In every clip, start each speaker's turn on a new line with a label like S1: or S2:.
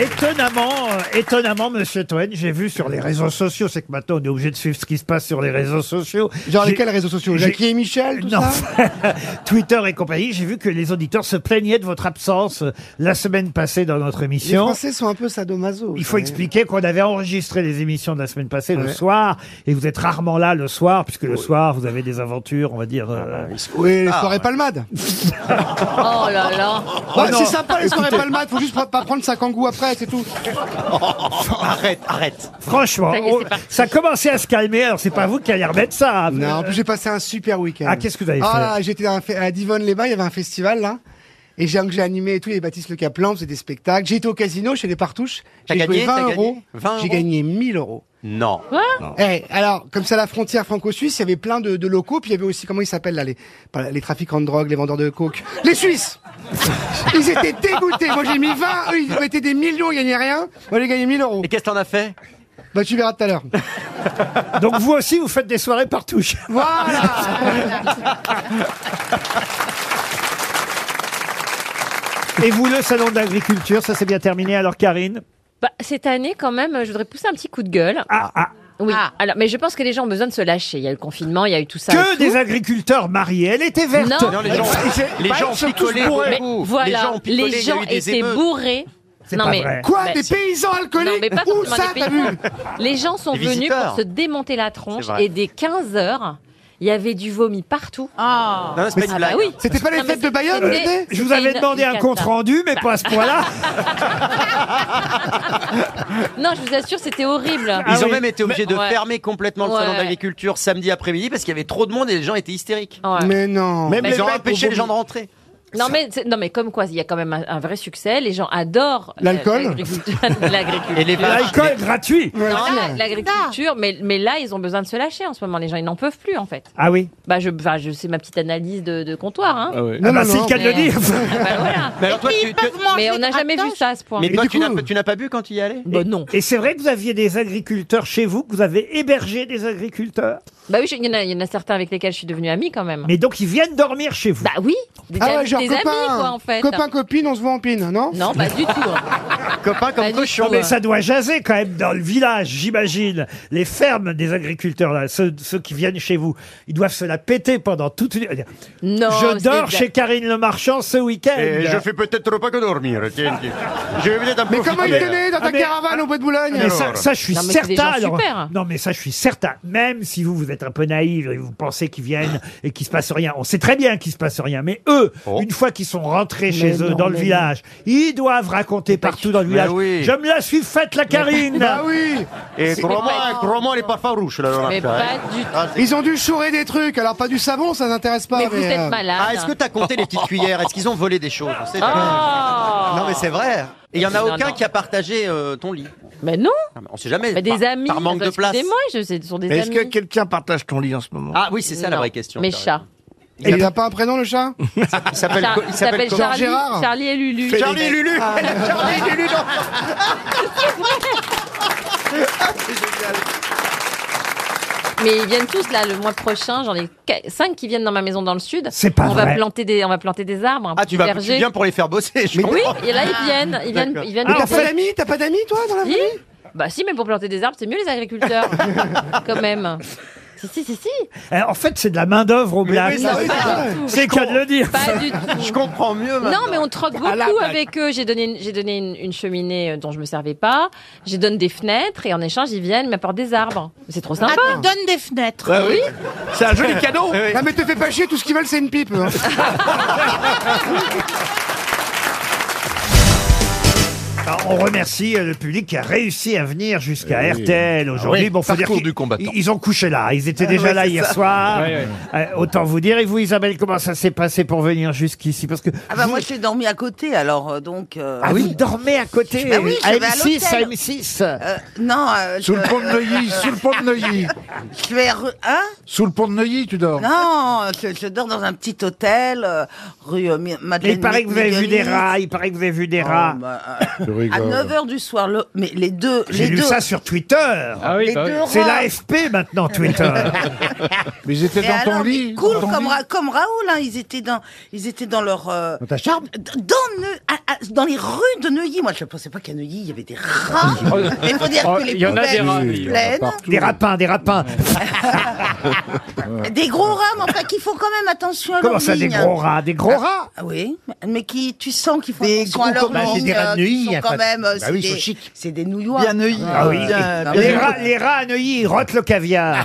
S1: Étonnamment, euh, étonnamment, Monsieur Toen, j'ai vu sur les réseaux sociaux, c'est que maintenant on est obligé de suivre ce qui se passe sur les réseaux sociaux.
S2: Genre
S1: J'ai-
S2: lesquels réseaux sociaux
S1: j'ai-
S2: Jackie et Michel, tout
S1: Non,
S2: ça
S1: Twitter et compagnie, j'ai vu que les auditeurs se plaignaient de votre absence euh, la semaine passée dans notre
S2: Les
S1: émission.
S2: Français sont un peu sadomaso.
S1: Il faut expliquer qu'on avait enregistré les émissions de la semaine passée le
S2: Ouais.
S1: soir, et vous êtes rarement là le soir, puisque le soir vous avez des aventures, on va dire. euh,
S2: Ah, bah Oui, les soirées palmades.
S3: Oh là là
S2: Ouais, c'est sympa les soirées palmades, faut juste pas, pas prendre sa kangou après, c'est tout.
S4: Arrête, arrête.
S1: Franchement,
S3: Ça y est,
S1: on-
S3: c'est parti.
S1: ça commençait à se calmer. Alors c'est pas vous qui allez remettre ça. hein.
S2: Non, en plus j'ai passé un super week-end.
S1: Ah, qu'est-ce que vous avez
S2: Ah, j'étais à un fe- à Divonne-les-Bains, il y avait un festival là. Et j'ai donc j'ai animé et tout, il y avait Baptiste Le Caplan, on faisait des spectacles. J'ai été au casino chez les Partouches.
S4: T'as
S2: j'ai
S4: gagné, t'as
S2: joué 20
S4: gagné
S2: euros.
S4: 20
S2: J'ai
S4: euros
S2: gagné 1000 euros.
S4: Non.
S2: Eh, alors, comme ça, la frontière franco-suisse, il y avait plein de, de locaux, puis il y avait aussi, comment ils s'appellent là, les, pas- les trafiquants de drogue, les vendeurs de coke. Les Suisses Ils étaient dégoûtés. Moi, j'ai mis 20, eux, ils mettaient des millions, ils gagnaient rien. Moi, j'ai gagné 1000 euros.
S4: Et qu'est-ce que t'en as fait
S2: Bah, tu verras tout à l'heure.
S1: fait Donc vous aussi, vous faites des soirées partout.
S2: Voilà
S1: Et vous, le salon de l'agriculture, ça s'est bien terminé. Alors Karine,
S3: Bah, Cette année, quand même, je voudrais pousser un petit coup de gueule.
S1: ah, ah,
S3: Oui. Alors, mais je pense que les gens ont besoin de se lâcher. Il y a eu le confinement, il y a eu tout ça. et
S1: que
S3: tout.
S1: des agriculteurs mariés. Elle était verte.
S3: Non.
S4: Non, les gens, les gens ont picolé
S3: Mais
S4: beaucoup.
S3: voilà,
S4: les gens ont picolé, il y a eu des
S3: étaient
S4: émeutes.
S3: bourrés.
S1: C'est pas
S3: mais,
S1: vrai.
S2: Quoi
S3: bah,
S2: Des
S3: si.
S2: paysans alcooliques
S3: Non, mais pas
S2: Où
S3: forcément
S2: ça,
S3: des
S2: t'as
S3: paysans.
S2: vu
S3: Les gens sont
S4: Les
S3: venus
S4: visiteurs.
S3: pour se démonter la tronche
S4: C'est vrai.
S3: et dès 15 heures, il y avait du vomi partout.
S4: Non, non, c'est pas une
S3: Ah bah
S4: blague.
S3: oui.
S2: C'était pas les
S3: Non, mais
S2: fêtes de Bayonne,
S3: c'était-
S2: l'été
S1: Je vous
S3: c'était
S1: avais
S3: une-
S1: demandé
S3: une
S1: un
S3: cata.
S1: compte rendu, mais pas à ce point-là.
S3: Non, je vous assure, c'était horrible.
S1: Ah
S4: Ils ont
S1: oui.
S4: même été obligés de
S3: Ouais.
S4: fermer complètement le salon
S3: Ouais.
S4: d'agriculture samedi après-midi parce qu'il y avait trop de monde et les gens étaient hystériques.
S3: Ouais.
S2: Mais non
S4: Ils ont empêché les gens de rentrer.
S3: Non mais, c'est- non mais comme quoi, il y a quand même un, un vrai succès. Les gens adorent euh,
S2: L'alcool
S3: l'agriculture. l'agriculture.
S4: Et les vaches.
S1: L'alcool gratuit.
S2: Ouais.
S3: Non, la- l'agriculture, mais, mais là, ils ont besoin de se lâcher en ce moment. Les gens, ils n'en peuvent plus, en fait.
S1: Ah oui.
S3: Bah, je, enfin, je, c'est ma petite analyse de, de comptoir. Hein.
S1: Ah bah,
S2: non,
S1: c'est le
S2: non.
S1: cas de le
S3: Mais-
S1: dire.
S4: euh,
S3: Bah, voilà.
S4: Mais alors toi, tu, tu-
S3: Mais on n'a jamais vu ça à ce point.
S4: mais
S2: Et
S4: toi,
S2: du
S4: tu n'as
S2: coup-
S4: pas- tu n'as pas bu quand tu y allais
S3: Bah, non.
S1: Et c'est vrai que vous aviez des agriculteurs chez vous, que vous avez hébergé des agriculteurs.
S3: Bah oui, je- il y, en a- il y en a certains avec lesquels je suis devenue amie quand même.
S1: Mais donc ils viennent dormir chez vous.
S3: Bah oui, des,
S2: Ah ouais,
S3: amis,
S2: genre
S3: des
S2: copain,
S3: amis, quoi, en fait.
S2: copain, copine, on se voit en pine, non
S3: Non, pas du tout. hein.
S4: Copain
S3: Pas
S4: Bah, comme
S3: du
S4: cochon.
S3: tout, hein.
S1: Mais ça doit jaser quand même dans le village, j'imagine. Les fermes des agriculteurs, là, ceux, ceux qui viennent chez vous, ils doivent se la péter pendant toute une...
S3: Non,
S1: je
S3: c'est
S1: dors
S3: exact.
S1: chez Karine Le Marchand ce week-end.
S4: fais peut-être pas que dormir. Je vais peut-être
S2: Mais comment ils tenaient dans ta
S1: Ah, mais- Ah,
S2: caravane au bois de Boulogne
S1: Mais ça, ça, je suis
S3: Non, mais c'est des
S1: certain.
S3: gens super.
S1: Non, mais ça, je suis certain. Même si vous, vous êtes un peu naïf et vous pensez qu'ils viennent et qu'il se passe rien, on sait très bien qu'il se passe rien. Mais eux,
S4: Oh.
S1: une fois qu'ils sont rentrés chez
S2: Mais
S1: eux
S2: non,
S1: dans le
S2: mais
S1: village, ils doivent raconter partout dans le
S4: Mais
S1: village.
S4: oui.
S1: Je me la suis faite, la Karine.
S2: Bah oui
S4: Et
S3: crois-moi-
S4: crois-moi, les parfums rouges. Là,
S3: Mais pas du tout.
S2: Ils ont dû chourer des trucs, alors pas du savon, ça n'intéresse pas.
S3: Mais vous
S2: mais, euh,
S3: êtes malade.
S4: Ah, est-ce que t'as compté les petites cuillères Est-ce qu'ils ont volé des choses On sait pas.
S3: Ah.
S4: Non mais c'est vrai. Et il y en a
S3: Non,
S4: aucun
S3: non.
S4: qui a partagé euh, ton lit.
S3: Mais non,
S4: Ah, mais On sait jamais.
S3: mais Bah, des
S4: par,
S3: amis.
S4: Par manque de place.
S3: Excusez-moi, je sais, ce sont des
S5: Mais est-ce
S3: amis.
S5: que quelqu'un partage ton lit en ce moment
S4: Ah oui, c'est ça la
S3: Non,
S4: vraie question.
S3: Mes
S4: t'as raison.
S3: chats.
S2: Il n'a pas un prénom le chat
S4: Il s'appelle
S3: Char-
S4: co-
S3: il s'appelle
S4: comment
S3: Charlie,
S2: Gérard
S3: Charlie et Lulu.
S4: Charlie et Lulu. Charlie et Lulu. non.
S3: Mais ils viennent tous là le mois prochain. J'en ai 5 qui viennent dans ma maison dans le sud.
S1: C'est pas
S3: on
S1: vrai.
S3: Va planter des, on va planter des arbres. Un
S4: Ah
S3: petit
S4: tu vas tu
S3: verger.
S4: viens pour les faire bosser. Je
S3: Oui,
S4: comprends.
S3: et là ils viennent. Ils viennent, ils viennent
S1: Ah,
S2: T'as
S1: en
S2: pas
S1: fait-
S2: d'amis T'as pas d'amis toi dans la
S3: Si.
S2: famille
S3: Bah si, mais pour planter des arbres, c'est mieux les agriculteurs. quand même. Si, si, si, si.
S1: Eh, En fait, c'est de la main-d'œuvre au blague.
S4: oui, ça,
S2: oui, c'est vrai.
S1: C'est qu'à de le dire.
S3: Pas du tout.
S4: Je comprends mieux. maintenant.
S3: Non, mais on troque
S5: Ah, là,
S3: beaucoup
S5: là.
S3: avec eux. J'ai donné, une- j'ai donné une, une cheminée euh, dont je me servais pas. J'ai donné des fenêtres et en échange, ils viennent, ils m'apportent des arbres. C'est trop sympa.
S6: Ah, tu donnes des fenêtres.
S5: Ouais, oui. C'est un joli cadeau.
S2: Ah mais te fais pas chier, tout ce qu'ils veulent c'est une pipe. hein.
S1: Alors, on remercie euh, le public qui a réussi à venir jusqu'à RTL aujourd'hui.
S5: Eh oui,
S1: bon, faut dire
S5: parcours
S1: qu'ils-
S5: du combattant. Ah
S1: Ils ont couché là. Ils étaient déjà là hier soir. Euh, autant vous dire. Et vous, Isabelle, comment ça s'est passé pour venir jusqu'ici Parce que
S6: Ah bah
S1: vous-
S6: moi j'ai dormi à côté alors euh, donc euh,
S1: Ah oui, vous dormez à côté
S6: Bah oui,
S1: à
S6: je vais à
S1: M6, à
S6: l'hôtel.
S1: M6.
S6: euh, non euh,
S5: Sous
S6: je,
S5: le pont de Neuilly, sous le pont de Neuilly.
S6: je vais rue- hein
S5: Sous le pont de Neuilly, tu dors.
S6: non je, je dors dans un petit hôtel euh, rue euh, Mi-
S1: Mais
S6: Madeleine.
S1: il paraît que vous avez vu des
S6: Miguelis.
S1: rats, il paraît que vous avez vu des
S6: Oh,
S1: rats.
S6: bah, euh, à 9h du soir. le- mais les deux.
S1: J'ai
S6: les
S1: lu
S6: deux-
S1: ça sur Twitter.
S7: Ah oui,
S6: les
S7: bah oui.
S6: deux
S1: C'est
S6: rois.
S1: l'AFP maintenant, Twitter.
S5: Mais ils étaient
S6: Et
S5: dans ton
S6: alors,
S5: lit.
S6: mais Cool
S5: dans ton
S6: comme,
S5: lit.
S6: Ra- comme Raoul, hein, ils étaient dans, ils étaient dans leur, euh,
S2: ta chambre
S6: d- dans, Neu- à- à- dans les rues de Neuilly. Moi, je ne pensais pas qu'à Neuilly, il y avait des rats. Mais faut dire
S7: Oh,
S6: que les
S7: il y en a des
S6: poubelles
S7: rats,
S6: étaient
S7: oui, il y en a
S6: pleines.
S1: des rapins, des rapins.
S6: Ah, Des gros rats, mais enfin, qu'il faut quand même attention à
S1: Comment
S6: leur
S1: ça, des
S6: ligne.
S1: gros rats Des gros rats
S6: Ah Oui, mais qui, tu sens qu'ils font
S2: Des
S6: attention à
S2: gros
S6: leur
S2: comme- bah, c'est
S6: ligne,
S2: des rats de
S6: euh, qui
S2: Neuilly,
S6: sont
S2: y a
S6: quand
S2: pas de-
S6: même, euh,
S2: Bah
S6: c'est
S2: oui, ils sont
S6: des-
S2: chics.
S6: C'est des nouillois. Bah
S5: Bien Neuilly.
S1: Ah oui.
S6: bien-
S1: les,
S6: bien-
S1: rats, les rats à Neuilly, ils rotent le caviar.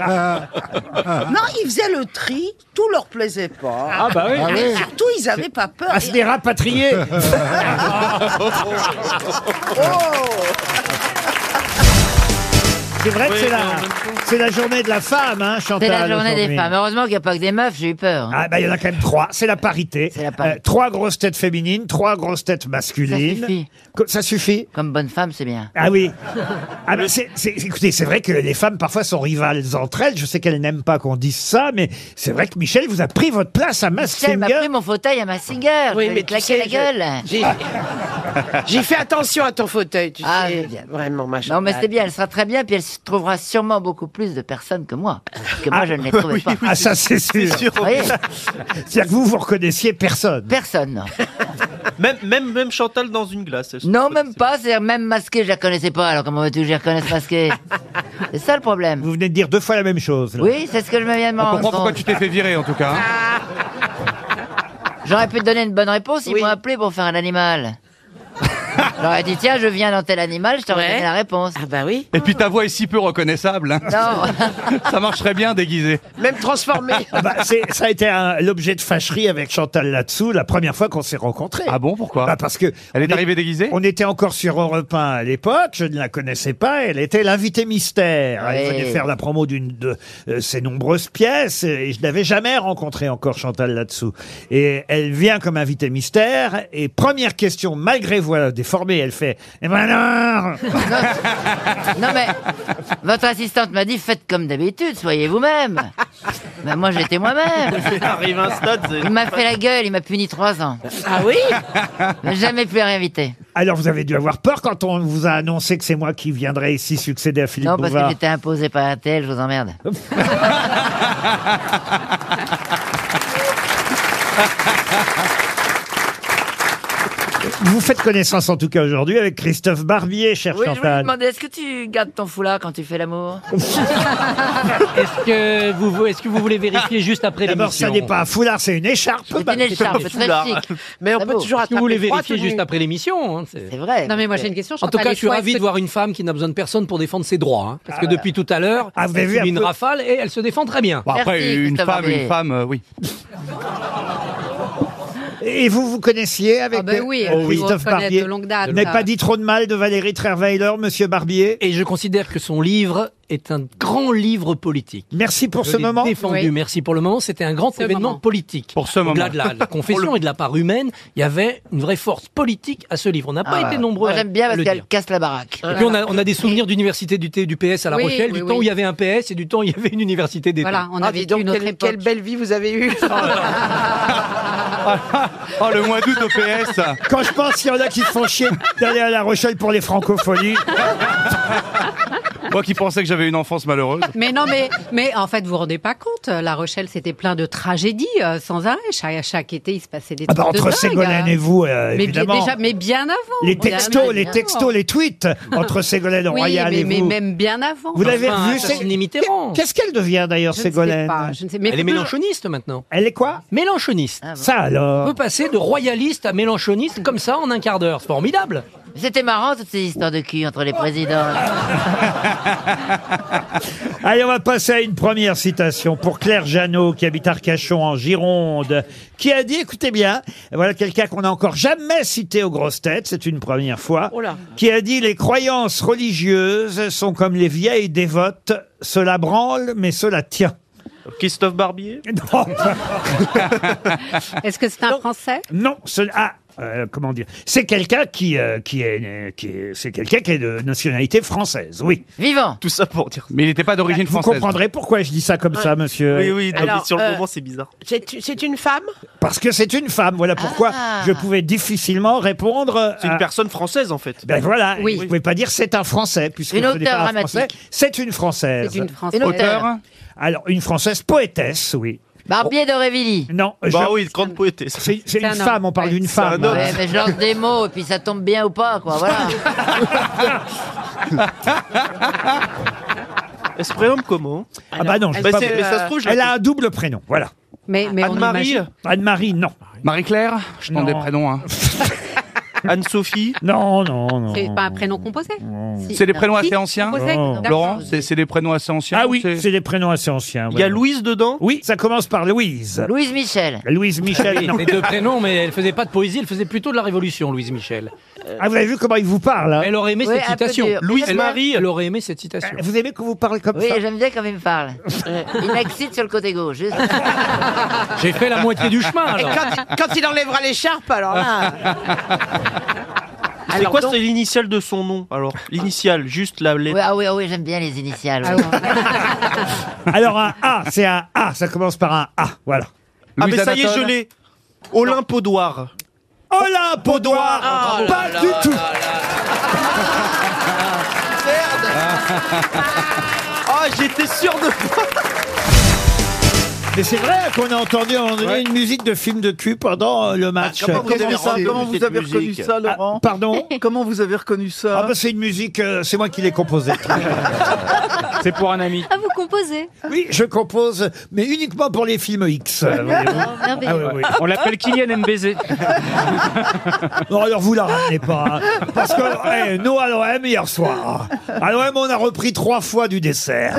S6: Ah, Non, ils faisaient le tri, tout leur plaisait pas.
S7: Ah bah oui.
S5: Ah
S6: Mais
S5: oui.
S6: surtout, ils n'avaient pas peur.
S1: Ah, c'est des rapatriés.
S6: oh
S1: C'est vrai que c'est la, c'est la journée de la femme, hein,
S8: C'est
S1: Chantal.
S8: la journée des
S1: aujourd'hui.
S8: femmes. Heureusement qu'il n'y a pas que des meufs, j'ai eu peur.
S1: Ah bah il y en a quand même trois, c'est la parité. Euh,
S8: C'est la parité.
S1: trois grosses têtes féminines, trois grosses têtes masculines.
S8: Ça suffit.
S1: Co- Ça suffit
S8: Comme bonne femme, c'est bien.
S1: Ah oui. Ah bah, c'est- c'est- écoutez, c'est vrai que les femmes parfois sont rivales entre elles. Je sais qu'elles n'aiment pas qu'on dise ça, mais c'est vrai que Michel vous a pris votre place à Mask
S8: Michel m'a
S1: Ah, Singer.
S8: pris mon fauteuil à ma singer.
S9: Oui,
S8: je
S9: mais
S8: vais
S9: tu
S8: lui claquer
S9: sais,
S8: la
S9: je-
S8: gueule.
S9: J'ai j'ai fait attention à ton fauteuil, tu
S8: Ah,
S9: sais.
S8: c'est bien.
S9: Vraiment, ma
S8: Non, mais
S9: Chantal.
S8: c'est bien, elle sera très bien, puis elle se trouvera sûrement beaucoup plus de personnes que moi. Parce que moi, je ne les trouvais pas.
S1: Ah ça c'est sûr.
S8: Vous voyez
S1: C'est-à-dire que vous vous reconnaissiez personne.
S8: Personne, non.
S7: Même, même, même Chantal dans une glace. elle se
S8: Non,
S7: trouve
S8: même pas, c'est-à-dire même masquée, je la connaissais pas, alors comment veux-tu que je la reconnaisse masquée C'est ça le problème.
S1: Vous venez de dire deux fois la même chose. là.
S8: Oui, c'est ce que je me viens de me
S10: On
S8: rendre
S10: comprend pourquoi
S8: compte.
S10: tu t'es fait virer en tout cas. hein.
S8: J'aurais pu te donner une bonne réponse, ils
S9: Oui.
S8: m'ont appelé pour faire un animal. J'aurais dit, tiens, je viens dans tel animal, je t'aurais
S9: Ouais.
S8: donné la réponse.
S9: Ah bah oui,
S10: Et puis ta voix est si peu reconnaissable. hein. Ça
S8: Non,
S10: marcherait bien déguisé.
S9: même transformé.
S1: Ah bah, c'est- ça a été un- l'objet de fâcherie avec Chantal là-dessous la première fois qu'on s'est rencontrés.
S10: Ah bon,
S1: Bah,
S10: pourquoi
S1: parce que
S10: Elle
S1: on
S10: est arrivée déguisée
S1: On était encore sur Europe 1 à l'époque, je ne la connaissais pas, elle était l'invitée mystère. Elle
S8: Oui.
S1: venait faire la promo d'une de euh, ses nombreuses pièces euh, et je n'avais jamais rencontré encore Chantal là-dessous. Et elle vient comme invitée mystère et première question, malgré voilà, déformée, elle fait « Eh ben alors
S8: non mais votre assistante m'a dit, faites comme d'habitude, soyez vous-même. Mais moi, j'étais moi-même.
S7: pas. Arrive un stade. c'est-
S8: Il m'a fait la gueule, il m'a puni trois ans.
S9: Ah oui
S8: Il m'a Jamais plus réinvité. !»
S1: Alors vous avez dû avoir peur quand on vous a annoncé que c'est moi qui viendrai ici succéder à Philippe
S8: Non, parce que
S1: Bouvard.
S8: j'étais imposé par RTL, je vous emmerde.
S1: Vous faites connaissance en tout cas aujourd'hui avec Christophe Barbier, cher
S8: Oui, je voulais
S1: Chantal.
S8: lui demander, est-ce que tu gardes ton foulard quand tu fais l'amour
S7: Est-ce que vous, vous- est-ce que vous voulez vérifier juste après
S1: D'abord, ça
S7: l'émission
S1: n'est pas un foulard, c'est une écharpe.
S7: Bah,
S8: C'est une écharpe,
S7: c'est
S8: très
S7: foulard.
S8: chic.
S9: Mais on
S8: Ah
S9: peut
S8: bon
S9: toujours
S7: Est-ce que vous
S9: attraper
S7: voulez
S9: froid,
S7: vérifier
S9: tout nu.
S7: juste après l'émission hein, c'est-
S8: C'est vrai.
S11: Non mais moi j'ai une question.
S7: En tout cas, je suis ravi de
S11: voir
S7: voir une femme qui n'a besoin de personne pour défendre ses droits. hein, parce que depuis tout à l'heure,
S1: Ah, vous avez
S7: elle
S1: vu un
S7: subit une
S1: peu-
S7: rafale et elle se défend très bien.
S10: Bon, Après,
S8: Merci,
S10: une
S8: Christophe
S10: femme,
S8: Barbier.
S10: une femme, euh, oui.
S1: Et vous, vous connaissiez avec
S11: Ah ben oui,
S7: Oh
S1: euh,
S11: on
S1: Christophe
S11: reconnaît
S1: Barbier
S11: de longue date,
S1: Vous n'avez
S11: ça.
S1: pas dit trop de mal de Valérie Trierweiler, monsieur Barbier
S7: Et je considère que son livre est un grand livre politique.
S1: Merci pour
S7: Je
S1: ce
S7: l'ai
S1: moment.
S7: Défendu,
S11: Oui.
S7: merci pour le moment. C'était un grand
S11: Ce
S7: événement
S11: moment.
S7: politique.
S10: Pour ce moment.
S7: Au-delà de la, de la confession et de la part humaine, il y avait une vraie force politique à ce livre. On n'a pas été nombreux
S8: Moi
S7: à-
S8: j'aime bien
S7: à
S8: parce
S7: le
S8: qu'elle
S7: dire.
S8: casse la baraque.
S7: Et puis on a, on a des souvenirs d'université du T du PS à La
S11: Oui,
S7: Rochelle, du
S11: oui,
S7: temps où
S11: oui.
S7: il y avait un PS et du temps où il y avait une université d'été.
S11: Voilà, on
S9: Ah,
S11: avait
S9: dis donc,
S11: une autre
S9: quelle,
S11: époque.
S9: quelle belle vie vous avez eue.
S10: Oh, le mois d'août au PS.
S1: Quand je pense qu'il y en a qui se font chier d'aller à La Rochelle pour les francophonies, Ah,
S10: Moi qui pensais que j'avais une enfance malheureuse.
S11: Mais non, mais, mais en fait, vous vous rendez pas compte. euh, La Rochelle, c'était plein de tragédies euh, sans arrêt. Chaque, chaque été, il se passait des
S1: ah bah,
S11: trucs de
S1: entre
S11: dingue,
S1: Ségolène
S11: hein.
S1: et vous, euh,
S11: mais bien,
S1: évidemment.
S11: déjà, mais bien avant.
S1: les
S11: bien
S1: textos,
S11: avant.
S1: les textos, les tweets entre Ségolène
S11: Oui,
S1: Royal
S11: mais,
S1: et
S11: mais
S1: vous.
S11: même bien avant.
S1: Vous l'avez
S7: Enfin,
S1: revu
S7: ça, c'est
S1: Ségolène
S7: Mitterrand.
S1: Qu'est-ce qu'elle devient d'ailleurs,
S11: Je ne sais pas.
S1: Ségolène
S11: Je ne sais, mais
S7: Elle
S11: faut
S7: est
S11: toujours-
S7: mélanchoniste maintenant.
S1: Elle est quoi
S7: Mélanchoniste.
S8: Ah bon.
S1: Ça
S7: On
S1: alors
S7: peut passer de royaliste à mélanchoniste comme ça en un quart d'heure. C'est formidable.
S8: C'était marrant toutes ces histoires de cul
S7: Oh.
S8: entre les présidents.
S1: Allez, on va passer à une première citation pour Claire Jeannot, qui habite Arcachon, en Gironde, qui a dit, écoutez bien, voilà quelqu'un qu'on n'a encore jamais cité aux grosses têtes, c'est une première fois,
S9: Oh là.
S1: qui a dit, les croyances religieuses sont comme les vieilles dévotes, cela branle, mais cela tient.
S7: Christophe Barbier
S1: Non,
S11: Est-ce que c'est un français
S1: non, ce- ah, euh, comment dire C'est quelqu'un qui euh, qui est euh, qui est- c'est quelqu'un qui est de nationalité française, oui.
S8: Vivant.
S1: Tout ça pour dire. Mais il n'était pas
S10: d'origine
S1: Vous
S10: française.
S1: comprendrez pourquoi je dis ça comme ça, monsieur.
S9: Alors, euh,
S10: bizarre.
S6: ah.
S9: C'est c'est une femme
S1: Parce que c'est une femme. Voilà pourquoi
S9: Ah.
S1: je pouvais difficilement répondre.
S12: C'est une
S1: à-
S12: personne française en fait.
S1: Ben voilà,
S12: Oui.
S1: vous pouvez pas dire c'est un Français, puisque
S12: Une
S1: ce n'est
S12: auteure
S1: pas un
S12: dramatique.
S1: Français, c'est une Française.
S8: C'est une Française. Une auteure.
S1: Alors, une Française poétesse, oui.
S8: euh, Barbier d'Aurevilly.
S1: Non.
S12: Bah
S1: je-
S12: oui, grande poétesse.
S1: C'est c'est une femme, on parle d'une femme.
S8: Ouais, mais je lance des mots, et puis ça tombe bien ou pas, quoi, voilà.
S12: Elle se prénomme comment
S1: Ah bah non, je
S12: Bah
S1: peux pas
S12: c'est-
S1: vous-
S12: mais ça se trouve, je
S1: elle
S12: l'ai-
S1: a un double prénom, voilà.
S11: Mais, mais on imagine-
S1: Anne-Marie, non.
S10: Marie-Claire Je prends
S1: Non.
S10: des prénoms. Hein.
S12: Anne-Sophie
S1: Non, non, non.
S11: C'est pas un prénom composé. Si,
S10: C'est des
S11: non.
S10: prénoms
S11: Si,
S10: assez anciens
S11: composé, d'accord.
S10: Laurent, c'est c'est des prénoms assez anciens
S1: Ah oui, c'est des prénoms assez anciens.
S12: Il y a
S1: voilà.
S12: Louise dedans
S1: Oui, ça commence par Louise.
S8: Louise Michel.
S1: Louise Michel,
S7: Oui,
S1: non.
S7: les deux prénoms, mais elle faisait pas de poésie, elle faisait plutôt de la Révolution, Louise Michel.
S1: Ah, vous avez vu comment il vous parle hein
S7: Elle aurait aimé
S8: Oui,
S7: cette
S8: un peu
S7: citation.
S8: dur. Louise
S7: elle,
S8: Marie.
S7: elle aurait aimé cette citation.
S1: Ah, Vous aimez qu'on vous parle comme
S8: Oui,
S1: ça
S8: j'aime bien quand il me parle. Il m'excite sur le côté gauche. juste.
S7: J'ai fait la moitié du chemin.
S9: Et
S7: Alors. Ah,
S9: quand, quand il enlèvera l'écharpe, alors là.
S12: C'est
S9: Alors
S12: quoi
S9: donc-
S12: c'est l'initiale de son nom Alors, l'initiale, juste la lettre.
S8: Ouais, ah oui, ah oui, j'aime bien les initiales. ouais.
S13: Ah
S1: Alors un A, c'est un A, ça commence par un A, voilà.
S12: Ah mais ça y est, je l'ai. Olympodoire.
S1: Olympodoire, pas du tout.
S12: Ah, j'étais sûr de
S1: Mais c'est vrai qu'on a entendu on a eu une musique de film de cul pendant euh, le match.
S14: Ah,
S1: Ah,
S14: comment vous avez, ça, comment vous avez reconnu ça, Laurent
S1: Pardon
S14: Comment vous avez reconnu ça
S1: Ah bah c'est une musique, euh, c'est moi qui l'ai composée.
S10: C'est pour un ami.
S15: Ah, vous composez
S1: Oui, je compose, mais uniquement pour les films X. euh, voyez-vous.
S15: Oh, merveilleux.
S10: On l'appelle Kylian MBZ.
S1: Non, alors vous la ramenez pas. hein. parce que eh, nous, à l'OM, hier soir, à l'OM, on a repris trois fois du dessert.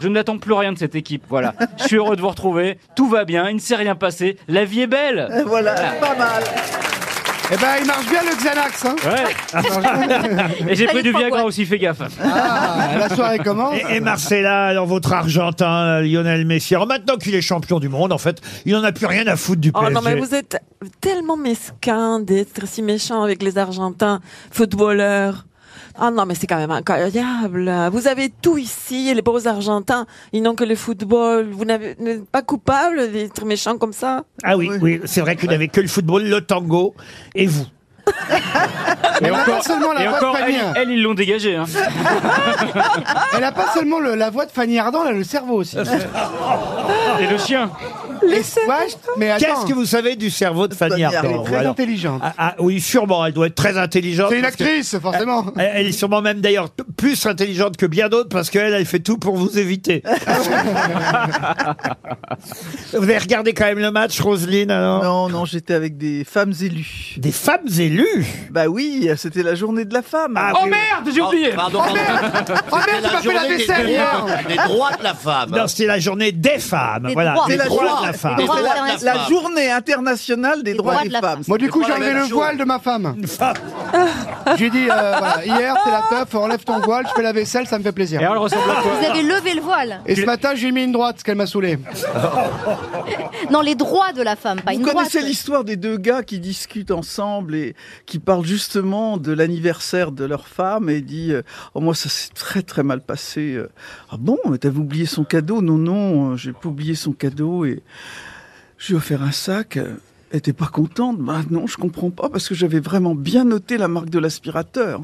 S16: Je n'attends plus rien de cette équipe, voilà. Je suis heureux de vous retrouver, tout va bien, il ne s'est rien passé, la vie est belle
S14: Voilà, pas mal.
S2: Eh ben, il marche bien le Xanax, hein
S16: Ouais. Et j'ai pris du Viagra aussi, fais gaffe.
S2: Ah, La soirée commence.
S1: Et, et Marcella, alors votre Argentin, euh, Lionel Messi. Alors maintenant qu'il est champion du monde, en fait, il n'en a plus rien à foutre du
S13: Oh
S1: PSG.
S13: non, mais vous êtes tellement mesquin d'être si méchant avec les Argentins, footballeurs. Ah non, mais c'est quand même incroyable. Vous avez tout ici, et les pauvres Argentins, ils n'ont que le football. Vous n'avez- n'êtes pas coupable d'être méchant comme ça
S1: Ah oui, oui, c'est vrai que vous n'avez que le football, le tango et vous.
S2: Elle n'a Ah, pas seulement la
S16: Et
S2: voix de
S16: encore,
S2: Fanny.
S16: elles, elles, ils l'ont dégagé. hein.
S2: Elle n'a pas seulement le- la voix de Fanny Ardant, elle a le cerveau aussi.
S16: Et le chien.
S2: Les mais attends.
S1: Qu'est-ce que vous savez du cerveau de Fanny Ardant
S2: Elle est très
S1: Alors-
S2: intelligente.
S1: Ah, ah, oui, sûrement, elle doit être très intelligente.
S2: C'est une
S1: parce que-
S2: actrice, forcément.
S1: Elle, elle est sûrement même d'ailleurs t- plus intelligente que bien d'autres parce qu'elle, elle fait tout pour vous éviter. vous avez regardé quand même le match, Roselyne alors
S14: Non, non, j'étais avec des femmes élues.
S1: Des femmes élues
S14: Bah oui, c'était la journée de la femme.
S9: Ah
S14: Ah
S1: oui, oui.
S16: Oh,
S7: Ah,
S16: j'ai oublié
S2: Oh merde Oh merde, j'ai pas fait la vaisselle hier
S17: Les droits de la femme.
S4: Bah.
S1: Non, c'était la journée des femmes.
S17: Des
S1: voilà,
S17: droits.
S1: des
S14: C'est la,
S1: droits
S14: journée-
S1: de la femme.
S14: c'est
S17: droits
S14: la-
S17: de la
S14: la
S17: femme.
S14: journée internationale des droits,
S17: droits
S14: des
S17: de la
S14: femmes.
S17: femme.
S2: Moi, du coup, j'ai enlevé le
S14: jour.
S2: voile de ma femme. J'ai dit, euh, voilà, hier, c'est la teuf, enlève ton voile, je fais la vaisselle, ça me fait plaisir. Et,
S15: Vous avez levé le voile.
S2: ce matin, j'ai mis une droite, parce qu'elle m'a saoulé.
S15: Non, les droits de la femme, pas
S14: Vous
S15: une droite.
S14: connaissez l'histoire des deux gars qui discutent ensemble et qui parlent justement de l'anniversaire de leur femme et dit euh, Oh, moi, ça s'est très très mal passé. Euh, Ah bon, mais t'avais oublié son cadeau Non, non, euh, j'ai pas oublié son cadeau et je lui ai offert un sac. Euh, Elle était pas contente Bah non, je comprends pas parce que j'avais vraiment bien noté la marque de l'aspirateur.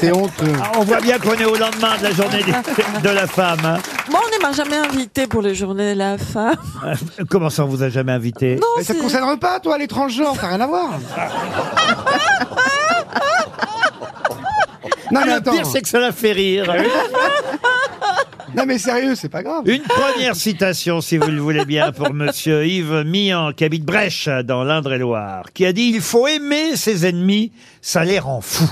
S2: C'est honteux.
S1: Ah, On voit bien qu'on est au lendemain de la journée des- de la femme. hein.
S13: Moi, on ne m'a jamais invité pour les journées de la femme.
S1: Euh, Comment ça, on vous a jamais invité
S2: Mais ça te concerne pas, toi, les transgenres, t'as rien à voir. non, Ah, mais
S1: Le
S2: attends.
S1: pire, c'est que ça la fait rire.
S2: Non, mais sérieux, c'est pas grave.
S1: Ah Une première citation, si vous le voulez bien, pour monsieur Yves Mian, qui habite Brèche, dans l'Indre-et-Loire, qui a dit Il faut aimer ses ennemis, ça les rend fous.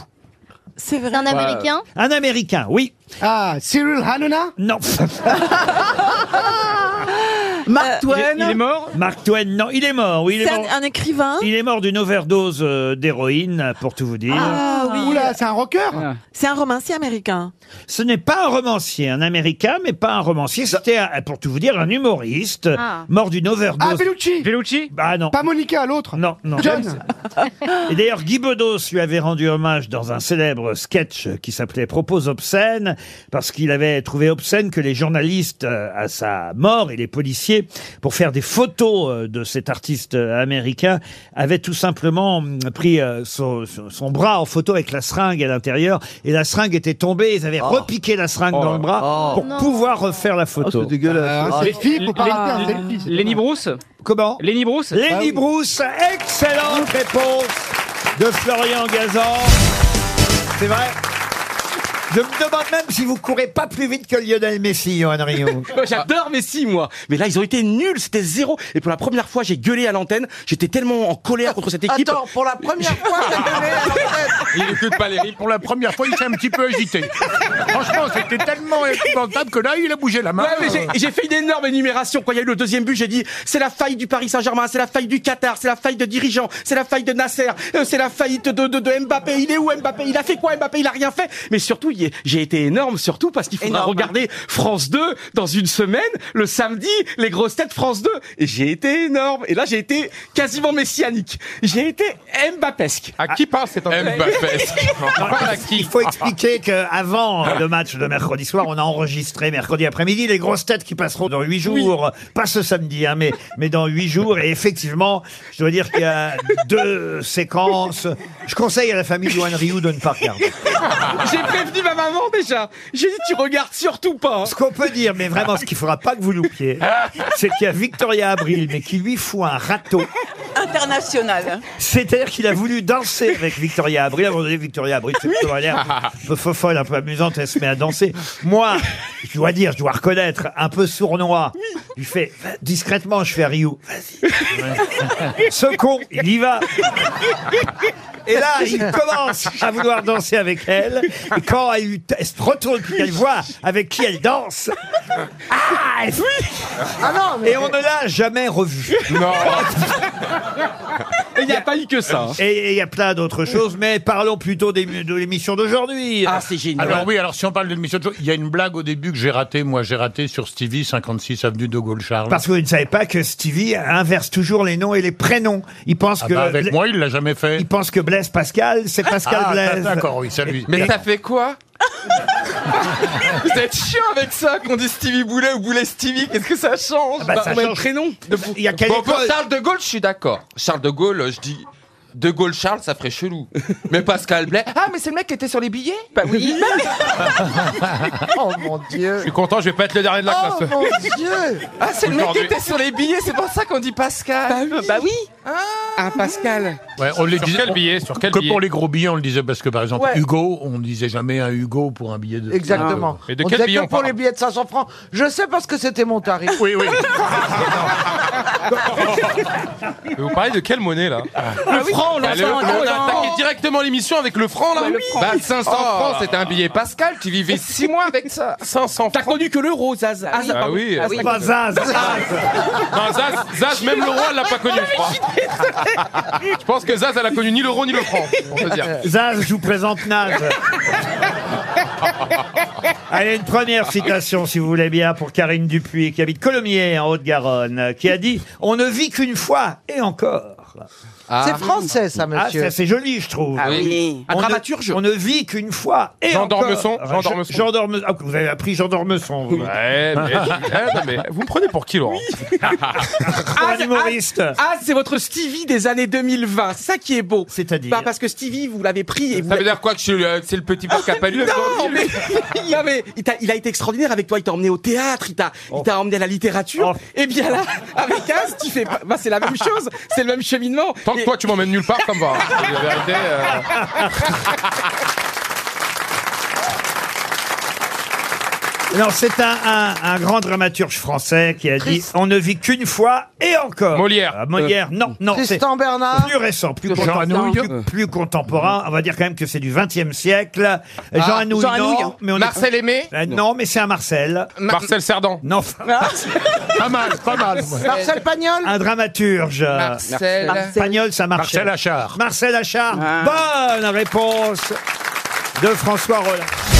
S13: C'est vrai.
S15: un Américain
S1: Un Américain, oui.
S2: Ah, Cyril Hanouna
S1: Non.
S14: Mark Twain
S1: mort Mark Twain, non, il est mort, oui, il est
S13: C'est
S1: mort.
S13: un, un écrivain
S1: Il est mort d'une overdose euh, d'héroïne, pour tout vous dire.
S13: Ah oui.
S2: Oula, c'est un rocker
S13: C'est un romancier américain.
S1: Ce n'est pas un romancier, un américain, mais pas un romancier. C'était, un- pour tout vous dire, un humoriste
S13: Ah.
S1: mort d'une overdose.
S2: Ah, Bellucci
S1: Bellucci Bah non.
S2: Pas Monica, l'autre
S1: Non, non.
S2: John
S1: Et d'ailleurs, Guy Bedos lui avait rendu hommage dans un célèbre sketch qui s'appelait Propos obscènes, parce qu'il avait trouvé obscène que les journalistes euh, à sa mort et les policiers, pour faire des photos euh, de cet artiste euh, américain, avaient tout simplement hum, pris euh, son, son- son bras en photo avec la seringue à l'intérieur, et la seringue était tombée, ils avaient
S2: Oh.
S1: repiqué la seringue dans le bras pour pouvoir refaire la photo. c'est dégueulasse.
S2: Ah, selfie, faut pas rater un selfie, c'est pas
S1: Lenny
S2: mal.
S1: Bruce Comment Lenny Bruce Lenny
S2: Ah oui.
S1: Bruce, excellente réponse de Florian Gazan. C'est vrai je me demande même si vous courez pas plus vite que Lionel Messi, Johan Rioux.
S17: J'adore Messi, moi. Mais là, ils ont été nuls. C'était zéro. Et pour la première fois, j'ai gueulé à l'antenne. J'étais tellement en colère contre cette équipe.
S12: Attends, pour la première fois, t'as gueulé à l'antenne.
S5: Il écoute Valérie, pour la première fois, il s'est un petit peu agité. Franchement, c'était tellement épouvantable que là, il a bougé la main.
S17: Ouais, mais j'ai- j'ai fait une énorme énumération. Quand il y a eu le deuxième but, j'ai dit c'est la faille du Paris Saint-Germain, c'est la faille du Qatar, c'est la faille de dirigeants, c'est la faille de Nasser, euh, c'est la faillite de, de, de Mbappé. Il est où Mbappé Il a fait quoi Mbappé Il a rien fait. Mais surtout, il y est- j'ai été énorme, surtout parce qu'il faudra
S12: Énorme.
S17: regarder France 2 dans une semaine, le samedi, les grosses têtes France 2. Et j'ai été énorme. Et là, j'ai été quasiment messianique. J'ai été Mbappesque. À qui parle cet
S1: Il faut expliquer qu'avant le match de mercredi soir, on a enregistré mercredi après-midi les grosses têtes qui passeront dans huit jours, pas ce samedi, hein, mais, mais dans huit jours. Et effectivement, je dois dire qu'il y a deux séquences. Je conseille à la famille de Juan Ryu de ne pas regarder.
S17: J'ai prévenu ma maman déjà. J'ai dit tu regardes surtout pas. hein.
S1: Ce qu'on peut dire, mais vraiment ce qu'il faudra pas que vous loupiez, c'est qu'il y a Victoria Abril, mais qui lui fout un râteau.
S18: International.
S1: C'est-à-dire qu'il a voulu danser avec Victoria Abril. À un moment donné, Victoria Abril, c'est plutôt l'air un peu fofolle, un peu amusante, elle se met à danser. Moi, je dois dire, je dois reconnaître, un peu sournois, je lui fais va- discrètement, je fais à Ryu, vas-y. Ce con, il y va. Et là, il commence à vouloir danser avec elle. Et quand elle, elle se retourne, puis elle voit avec qui elle danse, ah, elle-
S5: Ah
S1: et on ne l'a jamais revue. Non.
S17: Il n'y a pas eu que ça.
S1: Et et il y a plein d'autres choses, mais parlons plutôt des- de l'émission d'aujourd'hui.
S17: Ah, c'est génial.
S5: Alors oui, alors si on parle de l'émission de il y a une blague au début que j'ai ratée, moi j'ai raté sur Stevie, 56 avenue de Gaulle-Charles.
S1: Parce que vous ne savez pas que Stevie inverse toujours les noms et les prénoms. Il pense
S5: Ah
S1: que
S5: bah, avec
S1: Bla-
S5: moi, il l'a jamais fait.
S1: il pense que Blaise Pascal, c'est Pascal
S5: Ah,
S1: Blaise.
S5: d'accord, oui, c'est lui.
S1: Et-
S12: Mais ça fait quoi Vous êtes chiant avec ça qu'on dit Stevie Boulet ou Boulet Stevie, qu'est-ce que ça change
S1: Ah bah, ça
S12: mais
S1: change.
S12: prénom
S1: Il y a quelle
S12: Bon, pour
S1: école
S12: Charles de Gaulle, je suis d'accord. Charles de Gaulle, euh, je dis de Gaulle Charles, ça ferait chelou. Mais Pascal Blais, ah mais c'est le mec qui était sur les billets Bah oui. oh mon dieu.
S5: Je suis content, je vais pas être le dernier de la
S12: Oh
S5: classe.
S12: mon dieu Ah c'est le mec qui
S5: Aujourd'hui.
S12: était sur les billets, c'est pour ça qu'on dit Pascal. Bah oui. Ah Pascal.
S5: Ouais, on les
S12: Sur
S5: disait-
S12: quel
S5: on-
S12: billet Sur quel
S5: que
S12: billet
S5: pour les gros billets, on le disait parce que par exemple
S19: Ouais.
S5: Hugo, on disait jamais un Hugo pour un billet de. Ah,
S19: Exactement.
S5: Et de
S19: on
S5: quel
S19: disait
S5: billet
S19: que
S5: on
S19: pour
S5: parle
S19: les billets de 500 francs. Je sais parce que c'était mon tarif.
S5: Oui, oui.
S19: Mais vous parlez de quelle monnaie là
S12: Le franc, le
S19: Bah,
S12: franc,
S19: on
S12: le
S19: a
S12: franc.
S19: attaqué directement l'émission avec le franc là
S12: Bah, le franc.
S19: Bah 500
S12: Oh.
S19: francs, c'était un billet Pascal, tu vivais 6 mois avec ça. 500
S12: T'as connu que l'euro, Zaz. Ah,
S19: Ah oui.
S12: pardon.
S19: Pas Zaz, Zaz. Non, Zaz, Zaz, même le roi l'a pas connu, je crois. Je pense que Zaz, elle a connu ni l'euro ni le franc, on peut dire.
S1: Zaz, je vous présente Naz. Allez, une première citation, si vous voulez bien, pour Karine Dupuis, qui habite Colomiers, en Haute-Garonne, qui a dit « On ne vit qu'une fois, et encore ».
S19: C'est français, ça, Ah, monsieur.
S1: Ah, ça, c'est joli, je trouve.
S19: Ah oui. Un
S1: On ne-
S19: dramaturge.
S1: on ne vit qu'une fois. Et
S19: Jean
S1: encore.
S19: d'Ormesson, Jean
S1: Ah, je-
S19: d'Ormesson.
S1: Jean d'Ormesson. Ah, vous avez appris Jean d'Ormesson. vous. hein.
S19: Ouais, mais, ouais, non, mais vous me prenez pour qui, Laurent
S1: Pour
S19: Ah,
S1: un humoriste.
S17: Ah, c'est votre Stevie des années 2020. C'est ça qui est beau.
S1: C'est-à-dire
S17: bah, Parce que Stevie, vous l'avez pris et vous
S12: Ça veut
S17: l'avez- Ah,
S12: dire quoi que je suis, euh, c'est le petit porc à palu
S17: Non, mais, non, mais il, t'a- il a été extraordinaire avec toi. Il t'a emmené au théâtre, il t'a il t'a emmené à la littérature. Et bien là, avec Az, tu fais. pas- Bah, c'est la même chose, c'est le même cheminement.
S19: Tant que toi, tu m'emmènes nulle part, ça me va. La vérité, euh,
S1: Non, c'est un, un- un grand dramaturge français qui a dit « On ne vit qu'une fois, et encore ».
S19: Molière.
S1: Ah, Molière, non, non. c'est-
S19: Euh, Tristan Bernard.
S1: Plus récent, plus,
S19: Ah. Jean
S1: contemporain,
S19: Anouilh.
S1: plus, plus contemporain. On va dire quand même que c'est du 20e siècle. Jean
S19: Ah,
S1: Anouilh,
S19: Jean
S1: non,
S19: Anouilh.
S1: mais on est-
S19: Marcel Aimé
S1: Euh, Non, mais c'est un Marcel.
S19: Marcel Cerdan.
S1: Non.
S19: Ah.
S5: Pas mal, pas mal.
S19: Marcel
S1: Pagnol Un dramaturge.
S19: Marcel.
S1: Pagnol, ça marchait.
S5: Marcel Achard.
S19: Ah.
S1: Marcel Achard. Bonne réponse de François Rollin.